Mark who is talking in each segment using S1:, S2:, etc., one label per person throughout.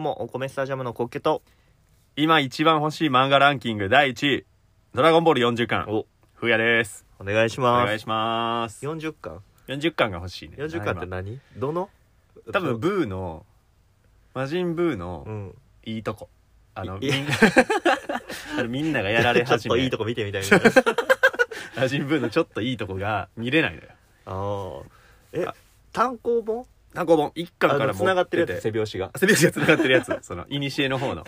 S1: も、お米スタジアムのコッケと、
S2: 今一番欲しい漫画ランキング第1位、ドラゴンボール40巻、
S1: お、
S2: ふうやです。
S1: お願いし
S2: お
S1: ま
S2: 願い
S1: す。
S2: します。
S1: 40巻
S2: 40巻が欲しいね。
S1: ?40 巻って
S2: 今
S1: 何どの
S2: 多分、ブーの、魔人ブーの
S1: うん。
S2: いいとこ。あの、
S1: い
S2: みんあのみんながやら
S1: ちょ
S2: れ
S1: っ
S2: 始
S1: と
S2: め
S1: いいとこ見てみたい な。
S2: 魔人ブーのちょっといいとこが見れないのよ。
S1: ああ。え
S2: あ、
S1: 単行本
S2: 単行本1巻から
S1: あの
S2: も
S1: 繋がってるやつ、背
S2: 背
S1: 拍子が。
S2: 拍子が繋がってるやつ。 その、いにしえの 方の、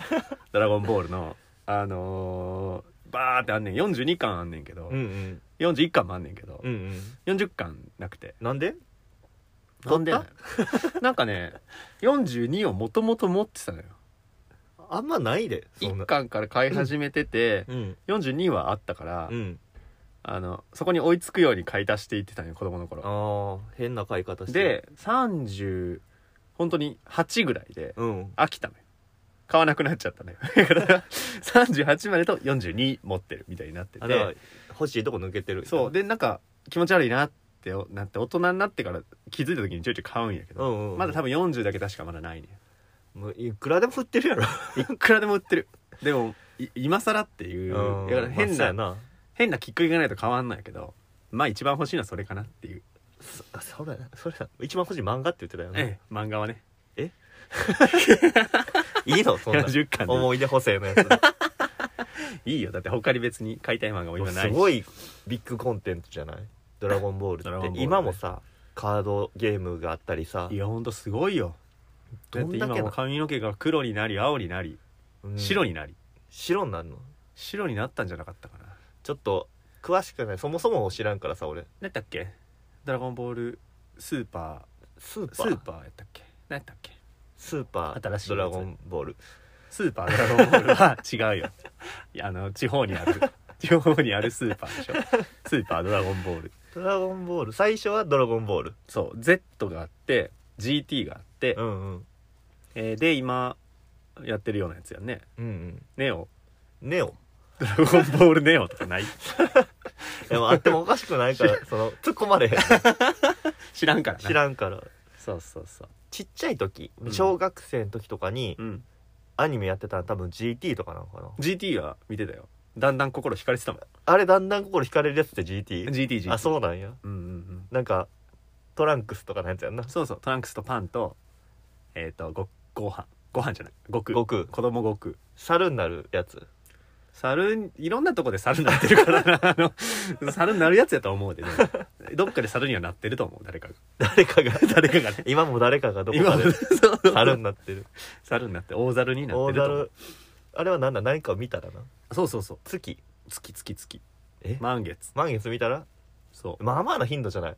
S2: ドラゴンボールの、あのー、バーってあんねん。42巻あんねんけど、
S1: うんうん。
S2: 41巻もあんねんけど
S1: う、んうん。
S2: 40巻なくて。
S1: なんで
S2: なんで
S1: 取っ
S2: なんかね42をもともと持ってたのよ
S1: あんまないで。そん
S2: 1
S1: な。
S2: 巻から買い始めてて、
S1: うん。
S2: 42はあったから、
S1: うん。
S2: あのそこに追いつくように買い足していってたのよ子供の頃
S1: ああ、変な買い方してる。
S2: で30本当に8ぐらいで
S1: うん。
S2: 飽きたのよ買わなくなっちゃったのよ だから38までと42持ってるみたいになって
S1: あ、だから
S2: て
S1: 欲しいとこ抜けてる。
S2: そう。でなんか気持ち悪いなってなって大人になってから気づいた時にちょいちょい買うんやけ
S1: う
S2: ど、
S1: んうん。
S2: まだ多分40だけ確かまだないね
S1: もういくらでも振ってるやろ。
S2: いくらでも売ってる でもい今更っていう
S1: うん
S2: だから
S1: まあ
S2: 変な、
S1: そうやな。
S2: 変なきっかけがないと変わんないけどまあ一番欲しいのはそれかなっていう、
S1: そそれそれ一番欲しい漫画って言ってたよね
S2: ええ漫画はね
S1: いいの そんな
S2: 40巻で
S1: 思い出補正のや
S2: いいよだって他に別に買いたい 漫画も今
S1: つ
S2: ない
S1: す
S2: し
S1: ごいビッグコンテンツじゃない「ドラゴンボール」
S2: ドラゴ
S1: っ
S2: ンボー
S1: て
S2: ルね
S1: 今もさカードゲームがあったりさ
S2: いやほんとすごいよ
S1: どんだけな
S2: だって今も髪の毛が黒になり青になり、
S1: うん
S2: 白になり
S1: 白になるの
S2: 白になったんじゃなかったかな
S1: ちょっと詳しくないそもそも知らんからさ俺
S2: 何やったっけドラゴンボールスーパ
S1: スー
S2: ー
S1: パ
S2: ス
S1: ー
S2: ーパーやったっけ何やったっけ
S1: スーパー
S2: 新しいやつ
S1: ドラゴンボール
S2: スーパードラゴンボー ルは違うよ。いやあの、地方にある、 地方にあるスーパーでしょ。スーパードラゴンボール。
S1: ドラゴンボール最初はドラゴンボール
S2: そう、Z があって、GT があって、
S1: うんうん
S2: えーで、今、やってるようなやつやんね。
S1: うんうん
S2: ネオ。
S1: ネオ
S2: ドラゴンボールネオとかない
S1: でもあってもおかしくないからその突っ込ま れへん
S2: 知らんからな。
S1: 知らんから
S2: そうそうそう。
S1: ちっちゃい時
S2: うん
S1: 小学生の時とかに
S2: うん。
S1: アニメやってたら多分 GT とかなのかな
S2: GT は見てたよ。だんだん心惹かれてたもん。
S1: あれだんだん心惹かれるやつって GT?
S2: GT、GT。
S1: あそうなんや
S2: うんうんうん。
S1: なんかトランクスとかのやつやんな
S2: そうそう、トランクスとパンと、えっ、と、ご、ご飯。ご飯じゃない。悟空。
S1: 悟空
S2: 子供悟空。
S1: 猿になるやつ
S2: 猿、いろんなとこで猿になってるから な。あの、猿になるやつやと思うでね。どっかで猿にはなってると思う、誰かが。
S1: 誰かが
S2: 誰かがね。
S1: 今も誰かがどこ
S2: 今
S1: か
S2: も、
S1: で
S2: そう
S1: 猿になってる
S2: 猿になって、大猿になって
S1: 大
S2: ると思う
S1: 猿あれは何だ何かを見たらな
S2: そうそうそう。
S1: 月
S2: 月月月。
S1: え
S2: 満月。
S1: 満月見たら
S2: そう。
S1: まあまあな頻度じゃない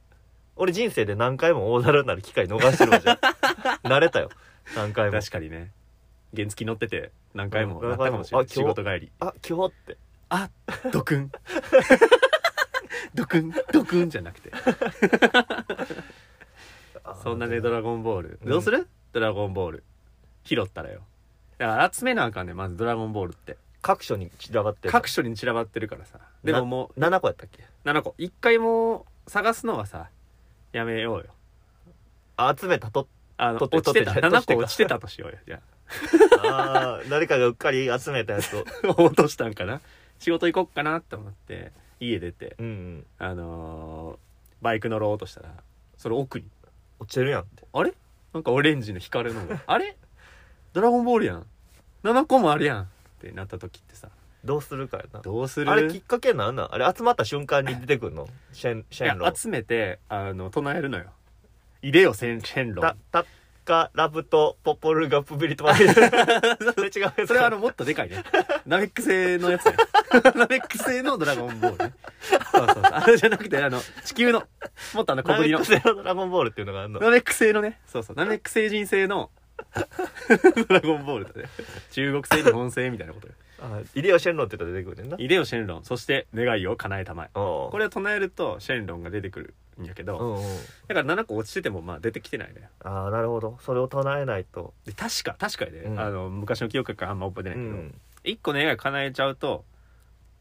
S1: 俺人生で何回も大猿になる機会逃してるわ じゃん慣れたよ何回も
S2: 確かにね。原付乗ってて、何回も
S1: うん
S2: なったかもしれない。
S1: あ
S2: 仕
S1: 今日
S2: 事帰り。
S1: あ今日って
S2: あ、 ドクン。ドクン、ドクンじゃなくて。そんなね、ドラゴンボール。
S1: うん
S2: どうするドラゴンボール。拾ったらよ。だから集めなあかんねんまずドラゴンボールって。
S1: 各所に散らばってる
S2: 各所に散らばってるからさでもも
S1: 7個やったっけ
S2: う7個一回もう探すのはさやめようよ
S1: あ集めたと
S2: あの
S1: 取って
S2: 落ちてた
S1: 取って
S2: 7個
S1: 取って
S2: 落ちてたとしようよじゃ
S1: あー誰かがうっかり集めたやつを。
S2: あ 落としたんかな仕事行こっかなって思って家出て
S1: うん、うん。
S2: あのーバイク乗ろうとしたらその奥に
S1: 落ちてるやんって。
S2: あれなんかオレンジの光る のがあれドラゴンボールやん7個もあるやんってなった時ってさ
S1: どうするかやな。
S2: どうする
S1: あれきっかけなんなんあれ集まった瞬間に出てくるのシェン、シ
S2: い
S1: ェ
S2: や
S1: ンロン。
S2: 集めてあの唱えるのよ入れよ線線路
S1: た、たっか、ラブとポポルガプビリとマイ ル。それ違うやつ
S2: それはあの、もっとで かいね。ナメック製のやつね。 ナメック製のドラゴンボールね。そうそうそう。あれじゃなくて、あの、地球の、もっとあの小
S1: ラ
S2: ぶりの
S1: ブ。ゼロドラゴンボールっていうのがあんの。
S2: ナメック製のね。そうそう。ナメック星人製 のドラゴンボールだね。中国製、日本製みたいなことよ。
S1: あイデオシェンロンって言ったら出てくるねんな。
S2: イデオシェンロン、そして願いを叶えたまえ。
S1: おう
S2: これを唱えると、シェンロンが出てくるんやけ
S1: う
S2: ど、
S1: んうん。
S2: だから7個落ちてても、まあ出てきてないね。
S1: ああ、なるほど。それを唱えないと。
S2: で確か、確かやで、
S1: うん
S2: あの、昔の記憶からあんま覚えてな
S1: う
S2: いけど、
S1: ん。
S2: 1個願い叶えちゃうと、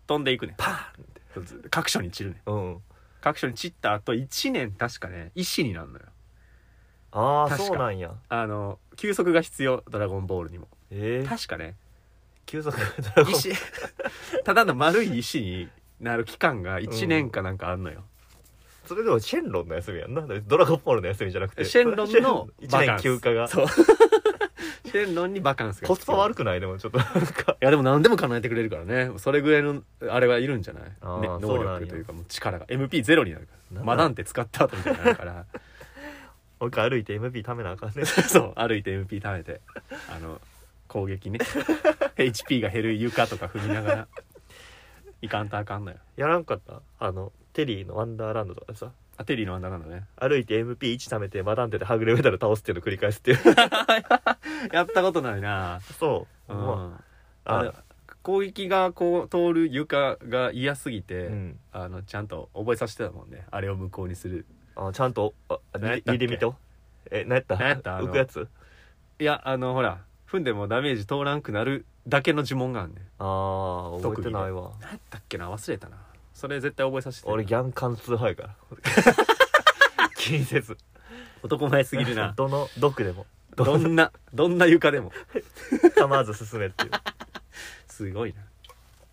S2: 飛んでいくね。
S1: パーンって。
S2: 各所に散るね。
S1: うん。
S2: 各所に散った後1年確かね医師になるのよ
S1: ああ
S2: 確か
S1: そうなんや
S2: あの休息が必要ドラゴンボールにも
S1: ええ
S2: 確か ね
S1: 急速ドラゴン
S2: 石ただの丸い石になる期間が1年かなんかあんのよ、
S1: それでもシェンロンの休みやんなドラゴンボールの休みじゃなくて
S2: シェンロン の
S1: 1
S2: バカ
S1: 年
S2: ンス
S1: 休暇が
S2: そう シェンロンにバカンスが
S1: コスパ
S2: ある
S1: 悪くないでもちょっと なんか
S2: いやでも何でも叶えてくれるからねそれぐらいのあれはいるんじゃない、ね、
S1: あー
S2: 能
S1: そうなん
S2: 力
S1: や
S2: というかもう力が MP0 になるか
S1: なんだ
S2: らマダンテ使った後みたいになるから
S1: もう一回歩いて MP 貯めなあかんね
S2: そう歩いて MP 貯めてあの攻撃ね HP が減る床とか踏みながらいかんとあかんのよ
S1: やらんかったあのテリーのワンダーランドとかでさ
S2: あテリーのあんだなんだね
S1: 歩いて MP1 貯めてマダンテではぐれメダル倒すっていうのを繰り返すっていう
S2: やったことないな
S1: そう、
S2: うん、
S1: まあ
S2: あれ攻撃がこう通る床が嫌すぎて、
S1: うん
S2: あのちゃんと覚えさせてたもんねあれを無効にする
S1: あちゃんとあ
S2: 何や
S1: に
S2: ったっ
S1: 見
S2: け
S1: てみとえ何やった
S2: 何やったあの
S1: 浮くやつ
S2: いやあのほら踏んでもダメージ通らんくなるだけの呪文があんねん
S1: ああ覚えてないわ
S2: 何やったっけな忘れたなそれ絶対覚えさせて
S1: 俺ギャン貫通派 やから気にせず
S2: 男前すぎる な
S1: どの毒でも
S2: どんなどんな床でも
S1: 構わず進めっていう
S2: すごいな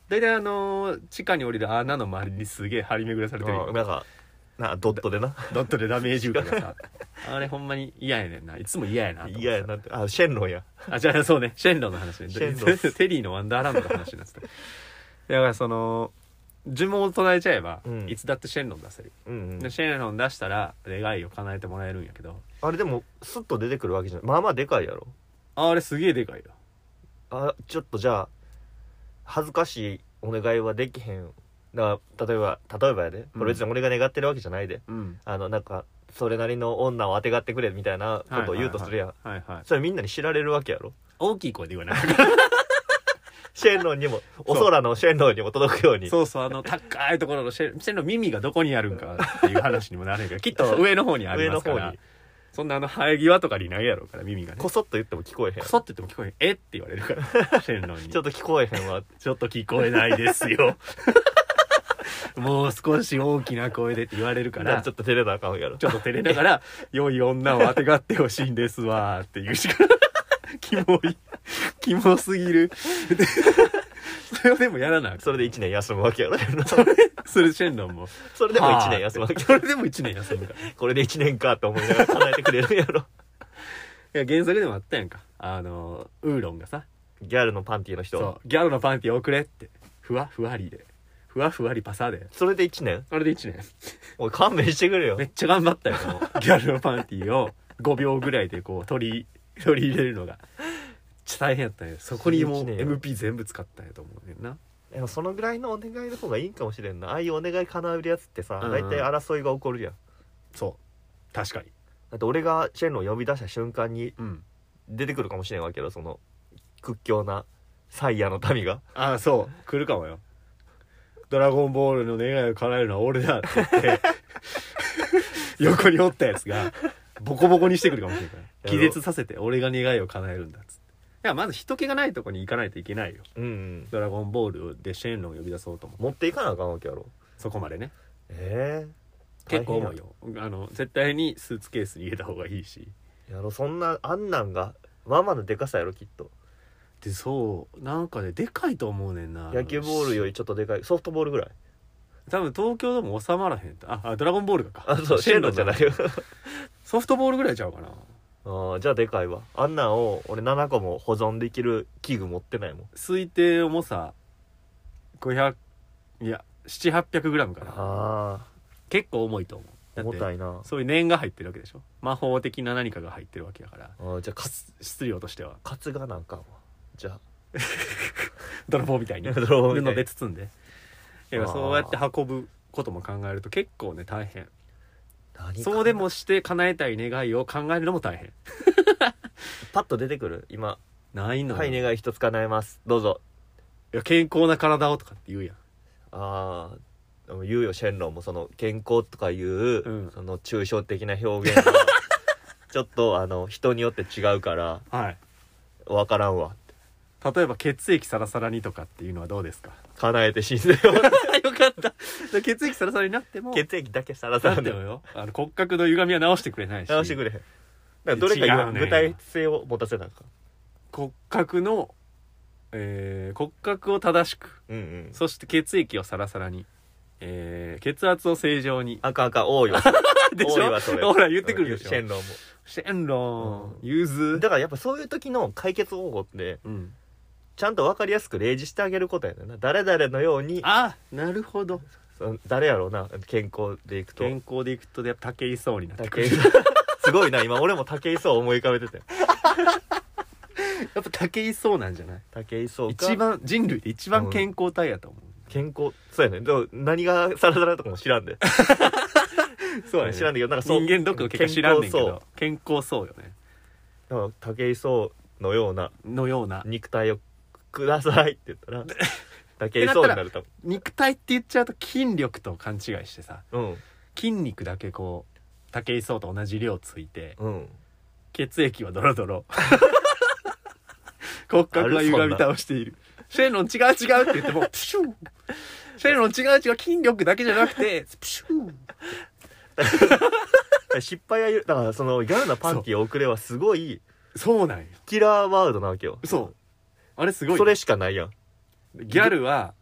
S2: 大体あのー地下に降りる穴の周りにすげえ張り巡らされてる
S1: うんなんかなんかドットでな
S2: ドットでダメージ受け がさあれほんまに嫌やねんないつも嫌やなと思って
S1: 嫌やなってあシェンロンや
S2: あじゃあそうねシェンロンの話ね
S1: シェンロン
S2: テリーのワンダーランドの話になってたいやだからその呪文を唱えちゃえば、
S1: うん
S2: いつだってシェンロン出せる、
S1: うん、うん
S2: で、シェンロン出したら願いを叶えてもらえるんやけど
S1: あれでもスッと出てくるわけじゃないまあまあでかいやろ
S2: ああれすげえでかいよ
S1: あちょっとじゃあ恥ずかしいお願いはできへんだから例えば例えばやでこれ別に俺が願ってるわけじゃないで、
S2: うん
S1: あのなんかそれなりの女をあてがってくれみたいなことを言うとするやん、
S2: はいはい
S1: それみんなに知られるわけやろ
S2: 大きい声で言わない
S1: シェンロンにもお
S2: そう
S1: 空のシェンロンにも届くように
S2: そう そうあの高いところのシェンシェンロン耳がどこにあるんかっていう話にもなるんやけどきっと上の方にあり
S1: 上
S2: ま
S1: の
S2: すか
S1: 方
S2: ら
S1: に
S2: そんなあの生え際とかにないやろうから耳がね
S1: こそっと言っても聞こえへん
S2: こそって言っても聞こえへんえって言われる からシェンロンに
S1: ちょっと聞こえへんわって
S2: ちょっと聞こえないですよ。 もう少し大き な声でって言われるから、
S1: ち
S2: ち
S1: ょっと照れなあかんやろ
S2: ょっと照れながら、 良い女をあてがってほしいんですわーっていう しか、キモい。キモすぎる。 それをでもやらな。
S1: それで1年休むわけやろ
S2: それシェンロンも。
S1: それでも1年休むわけ
S2: それでも1年休むから。い
S1: これで1年かと思いながら叶えてくれるや ろ
S2: や、原作でもあったやんか。あの、ウーロンがさ、
S1: ギャルのパンティの人
S2: そ、
S1: そう
S2: ギャルのパンティ送れって。ふわふわりで。ふわふわりパサで。
S1: れで1年
S2: あれで1年。
S1: おい勘弁してくれよ
S2: めっちゃ頑張ったよもう ギャルのパンティを5秒ぐらいでこう取り 取り入れるのがめっちゃ大変やったんやそこにもう
S1: 11年よ
S2: MP 全部使ったんやと思うねんな
S1: でもそのぐらいのお願いの方がいいんかもしれんなああいうお願い叶うやつってさ
S2: うんうん
S1: 大体争いが起こるやん
S2: そう確かに
S1: だって俺がシェンロンを呼び出した瞬間に
S2: うん
S1: 出てくるかもしれんわけどその屈強なサイヤの民が
S2: ああそう来るかもよ「ドラゴンボールの願いを叶えるのは俺だ」って言って 横におったやつがボコボコにしてくるかもしれないから気絶させて俺が願いを叶えるんだっつっていやまず人気がないとこに行かないといけないよ
S1: うん、うん、
S2: ドラゴンボールでシェンロンを呼び出そうと思う
S1: 持っていかなあかんわけやろ
S2: そこまでね
S1: ええ
S2: 結構重いよあの絶対にスーツケースに入れた方がいいし
S1: やろそんなあんなんがまあまあのでかさやろきっと
S2: でそうなんかねでかいと思うねんな
S1: 野球ボールよりちょっとでかいソフトボールぐらい
S2: 多分東京でも収まらへんああドラゴンボールがか
S1: あそうシェンロンじゃないよ
S2: ソフトボールぐらいちゃうかな
S1: あーじゃあでかいわあんなんを俺7個も保存できる器具持ってないもん
S2: 推定重さ500いや700800グラムかな
S1: あ
S2: 結構重いと思う
S1: あ
S2: だっ
S1: 重
S2: て
S1: たいな
S2: そういう念が入ってるわけでしょ魔法的な何かが入ってるわけだから
S1: あーじゃあか
S2: 質質量としては
S1: 担がなんかんわじゃあ
S2: 泥棒みたい に
S1: 泥棒みたいに
S2: 布で包んでいやそうやって運ぶことも考えると結構ね大変
S1: 何か
S2: そうでもして叶えたい願いを考えるのも大変
S1: パッと出てくる今
S2: な
S1: 「
S2: いのよ
S1: はい願い一つ叶えますどうぞ
S2: いや健康な体をとかって言うやん」
S1: ああでも言うよシェンロンもその健康とかいう、
S2: ん
S1: その抽象的な表現 がちょっとあの人によって違うから
S2: はい
S1: 分からんわ
S2: 例えば血液サラサラにとかっていうのはどうですか
S1: 叶えて死んで よ
S2: よかった血液サラサラになっても
S1: 血液だけさらさ
S2: な
S1: ら
S2: って
S1: で
S2: もよあの骨格の歪みは直してくれないし
S1: 直してく
S2: れ
S1: れへんだからどれか
S2: 違う
S1: 今
S2: ね
S1: 具体性を持たせなあかん
S2: 骨格の、えー骨格を正しく
S1: うんうん
S2: そして血液をサラサラに、えー血圧を正常に
S1: あかんあかん多い わ
S2: でし
S1: 多い
S2: ょ
S1: わそれ
S2: ほら言ってくるでしょ
S1: シェンロン
S2: シェンロン
S1: うん
S2: 融
S1: も
S2: 通
S1: だからやっぱそういう時の解決方法って
S2: うん
S1: ちゃんと分かりやすく例示してあげることやねんな誰々のように
S2: あなるほど
S1: その誰やろうな健康でいくと
S2: 健康でいくとやっぱ竹いそうになってく
S1: 竹
S2: る
S1: 井すごいな今俺も竹井壮思い浮かべてたよ
S2: やっぱ竹いそうなんじゃない
S1: 竹井壮か
S2: 一番人類で一番健康体やと思う、
S1: 健康そうやねでも何がサラサラとかも知ら んでそうやね知らんだけどなんかそう
S2: 人間ドックの結果知らんねんけ
S1: 健康
S2: ど健康そうよね
S1: そうなんか竹井壮のような
S2: のような
S1: 肉体をくださいって言ったら竹井壮になると
S2: 肉体って言っちゃうと筋力と勘違いしてさ
S1: うん
S2: 筋肉だけこう竹井壮と同じ量ついて
S1: うん
S2: 血液はドロ ドロ骨格は歪み倒しているシェンロン違う違うって言ってもプシューシェンロン違う違う筋力だけじゃなくてプシュー
S1: 失敗は言うだからそのギャルなパンティ遅れはすごい
S2: そうなんよ
S1: キラーワードなわけよ
S2: そうあれすごい
S1: それしかないやん
S2: ギャルは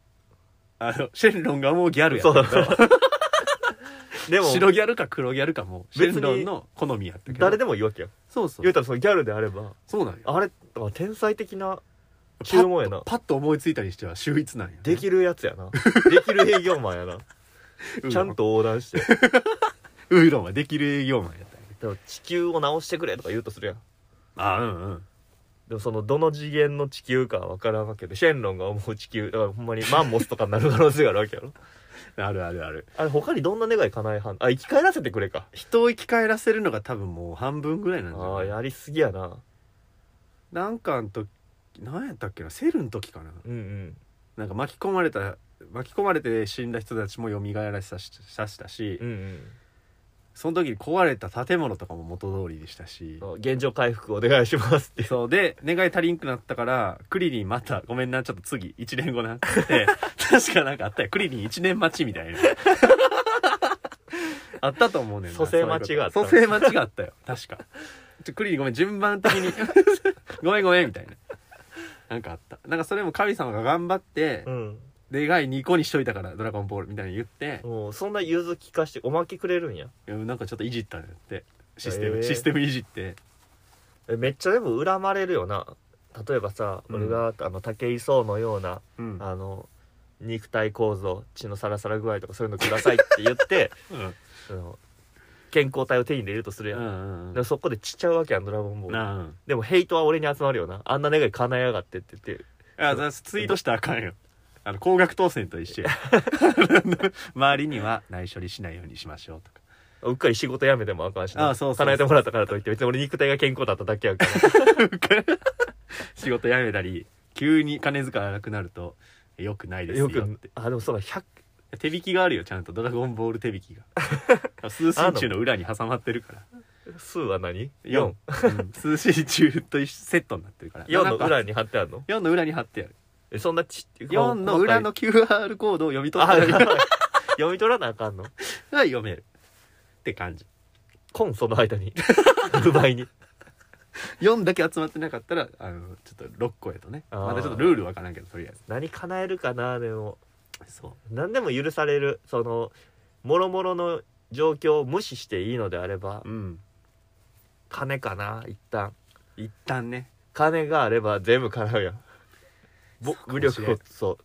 S2: あのシェンロンがもうギャルやっ
S1: そう
S2: たけど
S1: でも
S2: 白ギャルか黒ギャルかもうシェンロンの好みやったけど
S1: 誰でもいいわけやん
S2: そうそ
S1: 言
S2: う
S1: うたらそのギャルであれば
S2: そうなんよ
S1: あれあ天才的な注文やな
S2: パッと思いついたりしては秀逸なんやね、
S1: できるやつやなできる営業マンやな
S2: ウーロン
S1: ちゃんと横断して
S2: ウーロンはできる営業マンやったんやね
S1: でも地球を直してくれとか言うとするやん
S2: あうんうん
S1: でもそのどの次元の地球かわからんわけでシェンロンが思う地球だからほんまにマンモスとかになる可能性があるわけやろ
S2: あるあるある
S1: あれ他にどんな願い叶えはんあ生き返らせてくれか
S2: 人を生き返らせるのが多分もう半分ぐらいなんじゃ
S1: ああ
S2: ない
S1: やりすぎやな
S2: なんかの時何やったっけなセルの時かな
S1: うんうん
S2: なんか巻き込まれた巻き込まれて死んだ人たちも蘇らせたしさせたし、
S1: うんうん
S2: その時に壊れた建物とかも元通りでしたし
S1: そう現状回復お願いしますって
S2: そうで願い足りんくなったからクリリンまたごめんなちょっと次1年後なって言って 確かなんかあったよクリリン1年待ちみたいなあったと思うねんな
S1: 蘇生待ちがあった
S2: そういうこと蘇生待ちがあったよ確かちょクリリンごめん順番的に ごめんごめんみたいななんかあったなんかそれも神様が頑張って、
S1: うん
S2: 願い2個にしといたから「ドラゴンボール」みたいに言って、
S1: もうそんな融通聞かしておまけくれるんや
S2: うんなんかちょっといじったんだってシステム、
S1: えー
S2: システムいじって
S1: えめっちゃでも恨まれるよな例えばさ
S2: うん
S1: 俺が、あの武井壮のような
S2: うん、
S1: あの肉体構造血のサラサラ具合とかそういうのくださいって言って
S2: うん
S1: あの健康体を手に入れるとする
S2: う
S1: やん、
S2: んうん
S1: でもそこでちっちゃうわけやんドラゴンボール
S2: なあうん
S1: でもヘイトは俺に集まるよなあんな願い叶えやがってって言って
S2: あだツイートしたらあかんよあの高額当選と一緒よ 周りには内緒にしないようにしましょうとか
S1: うっかり仕事辞めてもあかんしな
S2: あそうそう
S1: 叶えてもらったからといって別に俺肉体が健康だっただけやから
S2: 仕事辞めたり急に金遣い荒くなるとよくないです よ
S1: よ
S2: っ
S1: く
S2: て
S1: あでもそうだ100
S2: 手引きがあるよちゃんと「ドラゴンボール」手引きが 通信中の裏に挟まってるから
S1: 数は何
S2: 4
S1: 4、
S2: うん通信中と一緒セットになってるから
S1: 4の裏
S2: に
S1: に貼ってあるの
S2: 4の裏に貼ってある
S1: えそんなち
S2: 4の裏の QR コードを読み取っ
S1: あ
S2: たら
S1: 読み取らなあかんの
S2: 読めるって感じ
S1: コンその間に 不倍に
S2: 4だけ集まってなかったらあのちょっと6個やとね
S1: あー
S2: まだちょっとルールわからんけどとりあえ
S1: 何叶えるかなでも
S2: ずそう
S1: 何でも許されるそのもろもろの状況を無視していいのであれば
S2: うん
S1: 金かな一旦
S2: 一旦ね
S1: 金があれば全部叶うやんぼ
S2: そうかも
S1: 武
S2: しれん
S1: 力こそ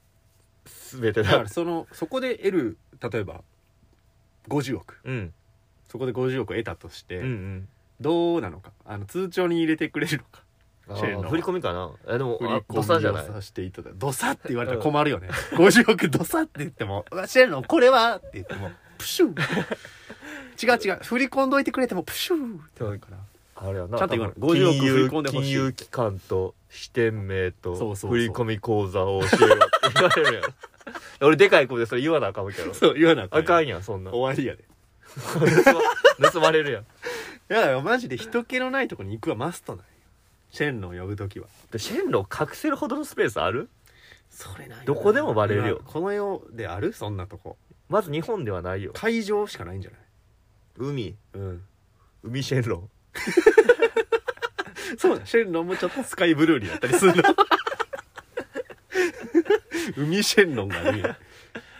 S1: 全て
S2: だか
S1: だ
S2: らそのそこで得る例えば50億
S1: うん
S2: そこで50億を得たとして、
S1: うんうん
S2: どうなのかあの通帳に入れてくれるの か
S1: あ
S2: シェーンの
S1: ー振り込みかなえでもあ
S2: 振り込み
S1: ドサじゃない
S2: をさせていただドサって言われたら困るよね、50億ドサって言って も「わしらのこれは」って言ってもプシ ュー違う違う振り込んどいてくれてもプシューってなるから
S1: あれやな
S2: ちゃんと言わない
S1: 多分
S2: 50億振り込んでほしい
S1: 金融機関と支店名と
S2: そうそうそう
S1: 振り込み口座を教えろって言われ るやん俺でかい声でそれ言わなあかんわけやろ
S2: そう言わなあかん
S1: あ
S2: よ
S1: かんやんそんなん
S2: 終わりやで
S1: 盗ま盗まれるやん
S2: いやマジで人気のないとこに行くはマストなんよシェンロン呼ぶ時は
S1: でシェンロン隠せるほどのスペースある
S2: それない
S1: どこでもバレるよ
S2: この世であるそんなとこ
S1: まず日本ではないよ
S2: 会場しかないんじゃない
S1: 海
S2: うん
S1: 海シェンロン
S2: そうだシェンロンもちょっとスカイブルーになったりするの海シェンロンがね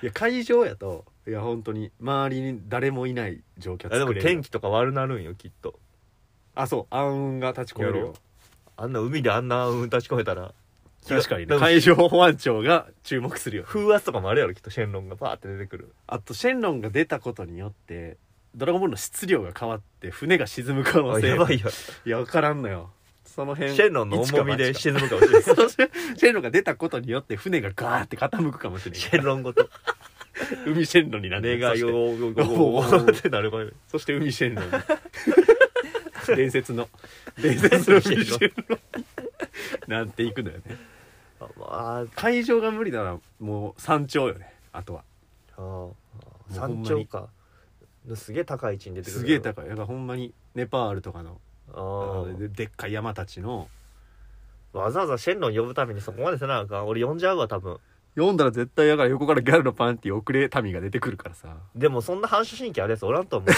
S2: いや会場やといや本当に周りに誰もいない乗客
S1: あでも天
S2: 天
S1: 気とか悪なるんよきっと
S2: あそう暗雲が立ち込める
S1: やろ
S2: よ
S1: あんな海であんな運立ち込めたら
S2: 確かに
S1: で
S2: ね
S1: も
S2: 海上保安庁が注目するよ
S1: 風圧とかもあるやろきっとシェンロンがバーって出てくる
S2: あとシェンロンが出たことによってドラゴンボールの質量が変わって船が沈む可能
S1: あ
S2: 性
S1: やばいよ
S2: いや分からんのよその
S1: シ
S2: 辺
S1: ェンロンの重みで
S2: 一か
S1: 沈む
S2: 八か
S1: かもしれない
S2: そのシェシェンロンが出たことによって船がガーって傾くかもしれ
S1: シ
S2: な
S1: ェ
S2: い
S1: ンロンごと
S2: 海シェンロンになる
S1: 願い
S2: そして
S1: を
S2: おー
S1: ってなるかも
S2: そして海シェン ロン伝説の伝説の海シェンロンになんていくのよね
S1: あ
S2: 海上が無理ならもう山頂よねあとは
S1: あー
S2: うほん
S1: 山
S2: まに
S1: 頂かすげえ高い位置に出てくる
S2: すげえ高いだからほんまにネパールとかの
S1: あー
S2: ででっかい山たちの
S1: わざわざシェンロン呼ぶためにそこまでせなあかん俺呼んじゃうわ多分
S2: 読んだら絶対だから横からギャルのパンティー遅れ民が出てくるからさ
S1: でもそんな反射神経あるやつおらんと思う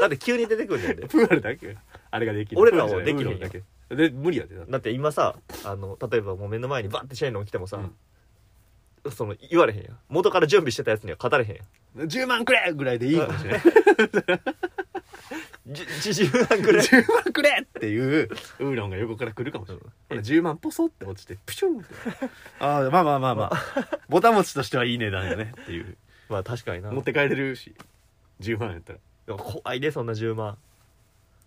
S1: だって急に出てくるねんで
S2: プールだけあれができる
S1: 俺らは
S2: プールじゃない
S1: できるん
S2: ウーロン
S1: や
S2: だけで無理やでだって
S1: だって今さあの例えばもう目の前にバッてシェンロン来てもさ、その言われへんやん元から準備してたやつには語れへんや
S2: 10万くれぐらいでいいかもし れない
S1: んじ 自分なんくらい
S2: 10万くれっていうウーロンが横から来るかもしれないほら10万ポソって落ちてプシュンってああまあまあまあまあボタン持ちとしてはいい値段よねっていう
S1: まあ確かにな
S2: 持って帰れるし10万やったら
S1: でも怖いでそんな10万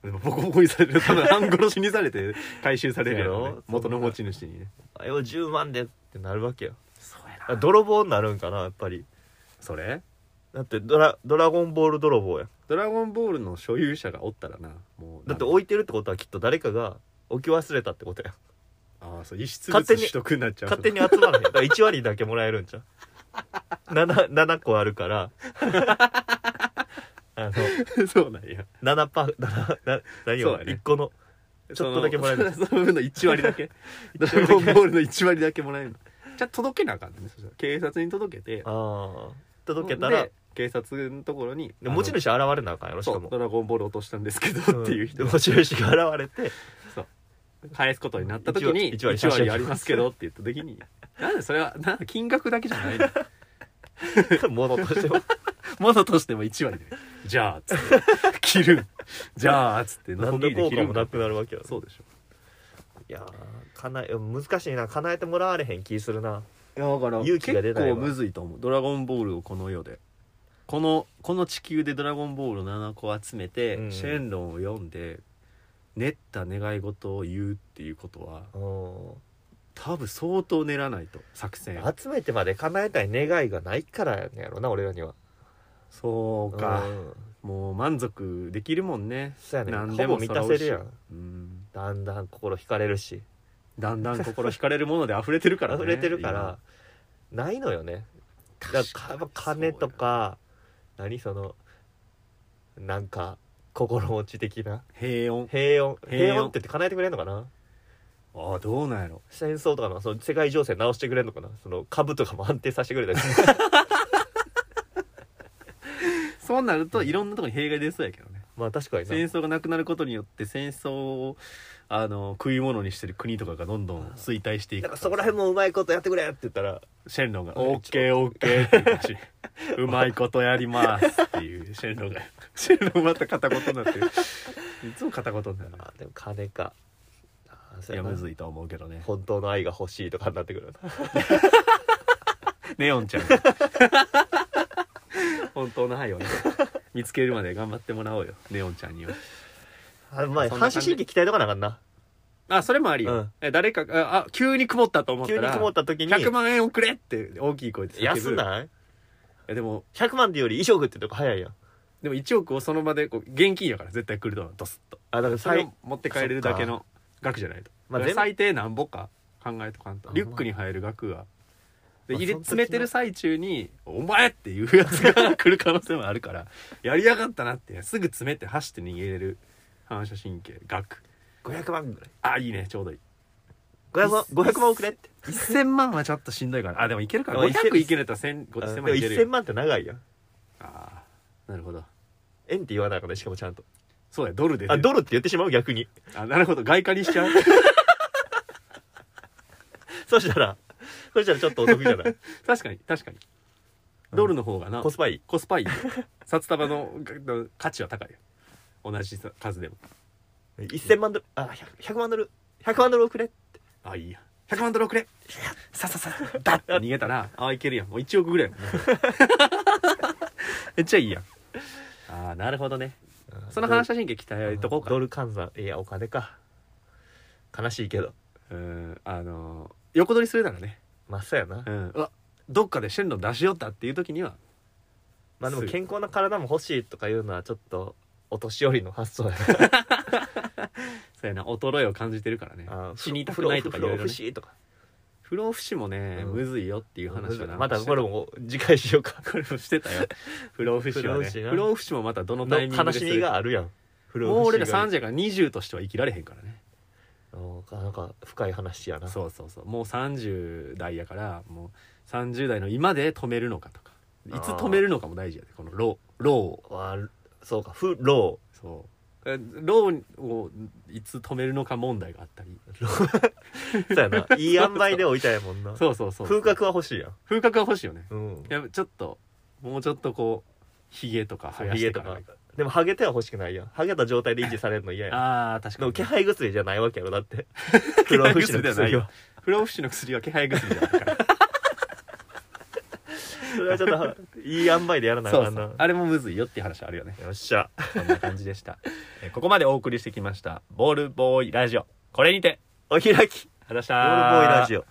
S2: でもボコボコにされる多分半殺しにされて回収されるやろう
S1: そうや
S2: ね
S1: ろ
S2: 元の持ち主にね
S1: あれを10万でってなるわけよ
S2: そうや
S1: あ泥棒になるんかなやっぱり
S2: それ
S1: だってドラドラゴンボール泥棒やん
S2: ドラゴンボールの所有者がおったらなもう
S1: だって置いてるってことはきっと誰かが置き忘れたってことやん
S2: ああそう遺失物
S1: 勝手に
S2: 取得になっちゃう
S1: 勝手に集まらへんだから1割だけもらえるんちゃう 7, 7個あるから あの
S2: そうなんや
S1: 7パーなな何
S2: そう
S1: を、
S2: やね
S1: 1個のちょっとだけもらえる
S2: そのその分の1割だけ ドラゴンボールの1割だけもらえるのじゃあ届けなあかんねそしたら警察に届けて
S1: ああ届けたら
S2: で警察のところに
S1: で持ち主現れなあかんやろし
S2: そ
S1: か
S2: う
S1: も
S2: ドラゴンボール落としたんですけど、
S1: ん
S2: っていう 人が
S1: 持ち主が現れて
S2: 返すことになった時に
S1: 一割
S2: 1割ありますけどって言った時に なんでそれはなんで金額だけじゃないの
S1: 物としては
S2: ものとしても1割でじゃあっつって 切るじゃあっつって
S1: 何
S2: で
S1: の効果もな
S2: だ
S1: くなるわけよ
S2: そうでしょ
S1: いやーかなえ難しいな叶えてもらわれへん気するない
S2: やだから
S1: 勇気が出ないわ
S2: 結構むずいと思う「ドラゴンボール」をこの世でこのこの地球で「ドラゴンボール」7個集めて、
S1: うん
S2: シェンロンを読んで練った願い事を言うっていうことは
S1: うん
S2: 多分相当練らないと作戦
S1: 集めてまで叶えたい願いがないからやねんやろな俺らには
S2: そうか、
S1: ん
S2: もう満足できるもんね
S1: そうやねん
S2: 何
S1: ほ
S2: で
S1: ぼ
S2: も
S1: 満たせるや
S2: 揃
S1: ん
S2: うん
S1: だんだん心惹かれるし
S2: だんだん心惹かれるもので溢れてるから、ね、
S1: 溢れてるからないのよねだからやっぱ金とか何そのなんか心持ち的な
S2: 今平穏
S1: 平穏
S2: 平穏
S1: 平穏って言って叶えてくれんのかな
S2: ああどうなんやろ
S1: 戦争とかのその世界情勢直してくれんのかなその株とかも安定させて くれたり
S2: そうなるといろんなとこに弊害出そうやけどね
S1: まあ確かにな
S2: 戦争がなくなることによって戦争をあの食い物にしてる国とかがどんどん衰退していく
S1: なんかそこら辺もうまいことやってくれって言ったら
S2: シェンロンが「
S1: うん
S2: オッケーオッケー」って言うし「うまいことやります」っていうシェンロンがシェンロンまた片言になってるいつも片言になる
S1: あでも金かあそ
S2: いうや
S1: やな
S2: むずいと思うけどね
S1: 本当の愛が欲しいとかになってくる な
S2: ネオンちゃん本当の愛をね見つけるまで頑張ってもらおうよネオンちゃんには
S1: あまあ
S2: そんな感
S1: 反射
S2: じ
S1: 神経鍛えとかなあかんな
S2: あそれもありよ、
S1: うん
S2: え誰かがあ急に曇ったと思った
S1: 急
S2: ら
S1: に曇った時に
S2: 100万円をくれって大きい声で叫ぶ
S1: 安ない
S2: えでも
S1: ?100 万でより衣食ってとこ早いやん
S2: でも1億をその場でこう現金やから絶対来ると思うドスッと
S1: あだから
S2: それ
S1: 最
S2: を持って帰れるだけの額じゃないと、
S1: まあ
S2: だから
S1: 全部
S2: 最低なんぼか考えとかんと
S1: あ
S2: リュックに入る額がで
S1: まあ
S2: 入れ
S1: その時の
S2: 詰めてる最中に「お前!」っていうやつが来る可能性もあるからやりやがったなってすぐ詰めて走って逃げれる反射神経額
S1: 500万ぐらい
S2: あいいねちょうどいい
S1: 500万
S2: いっ
S1: 500万くれって
S2: 1000万はちょっとしんどいからあでもいけるから
S1: あいける
S2: 500いけると1000
S1: でも
S2: 1000万いける
S1: 1000
S2: よ
S1: 万って長いやん
S2: ああなるほど
S1: 円って言わないからねしかもちゃんと
S2: そうやドルでね
S1: あドルって言ってしまう逆に
S2: あなるほど外貨にしちゃう
S1: そしたらそしたらちょっとお得じゃない
S2: 確かに確かにドルの方がな、
S1: コスパいい
S2: コスパいい よ札束のの価値は高いよ同じ数でも
S1: 1000万ドルあ100万ドル100万ドルくれ
S2: あいいや100万ドルくれささささダッて逃げたらあいけるやんもう1億ぐらいやもん めっちゃいいやんあーなるほどねその反射神経鍛えとこうか
S1: ドル換算いやお金か悲しいけど
S2: うんあのー横取りするならね
S1: まあそうやな
S2: うんうわどっかで線路出しよったっていう時には
S1: まあですも
S2: ぐ
S1: 健康な体も欲しいとかいうのはちょっとお年寄りの発想や
S2: そうやな衰えを感じてるからね
S1: なあー
S2: 死にたくないとかい
S1: 不老
S2: ろいろ
S1: 不
S2: ね
S1: 死とか
S2: 不老不死もね、
S1: うん
S2: むずいよっていう話をな
S1: またこれも次回しようか
S2: これもしてた よ不老不死は
S1: 不老不
S2: ね
S1: 死な
S2: 不老不死もまたどのタイミング
S1: 悲
S2: で
S1: し
S2: す
S1: み
S2: る
S1: があるやん不
S2: もう俺ら
S1: が
S2: 30から20としては生きられへんからね
S1: おーなんか深い話やな
S2: そうそうそうもう30代やからもう30代の今で止めるのかとかいつ止めるのかも大事やでこの老老を
S1: わそうか不老
S2: そうえ老をいつ止めるのか問題があったり
S1: そうや ないい塩梅で置いたやもんな
S2: そうそうそう
S1: 風格は欲しいやん
S2: 風格は欲しいよね
S1: うん
S2: いやちょっともうちょっとこうひげとか生や
S1: ヒ
S2: して
S1: ゲ
S2: か
S1: と
S2: ら
S1: かでもハゲては欲しくないやんハゲた状態で維持されるの嫌やん
S2: ああ確
S1: で
S2: か
S1: も
S2: に
S1: 気配薬じゃないわけやろだって不老不死の
S2: 気配薬ではない
S1: 薬は
S2: 不老不死の薬は気配薬じ ゃないから
S1: それはちょっ といい塩梅でやらなあ
S2: そ
S1: か
S2: うんそ
S1: な
S2: うあれもむずいよっていう話あるよね
S1: よっしゃ
S2: そんな感じで した。えーここまでお送りしてきました、ボールボーイラジオ。これにて、
S1: お開き
S2: ありがとうございました
S1: ボールボーイラジオ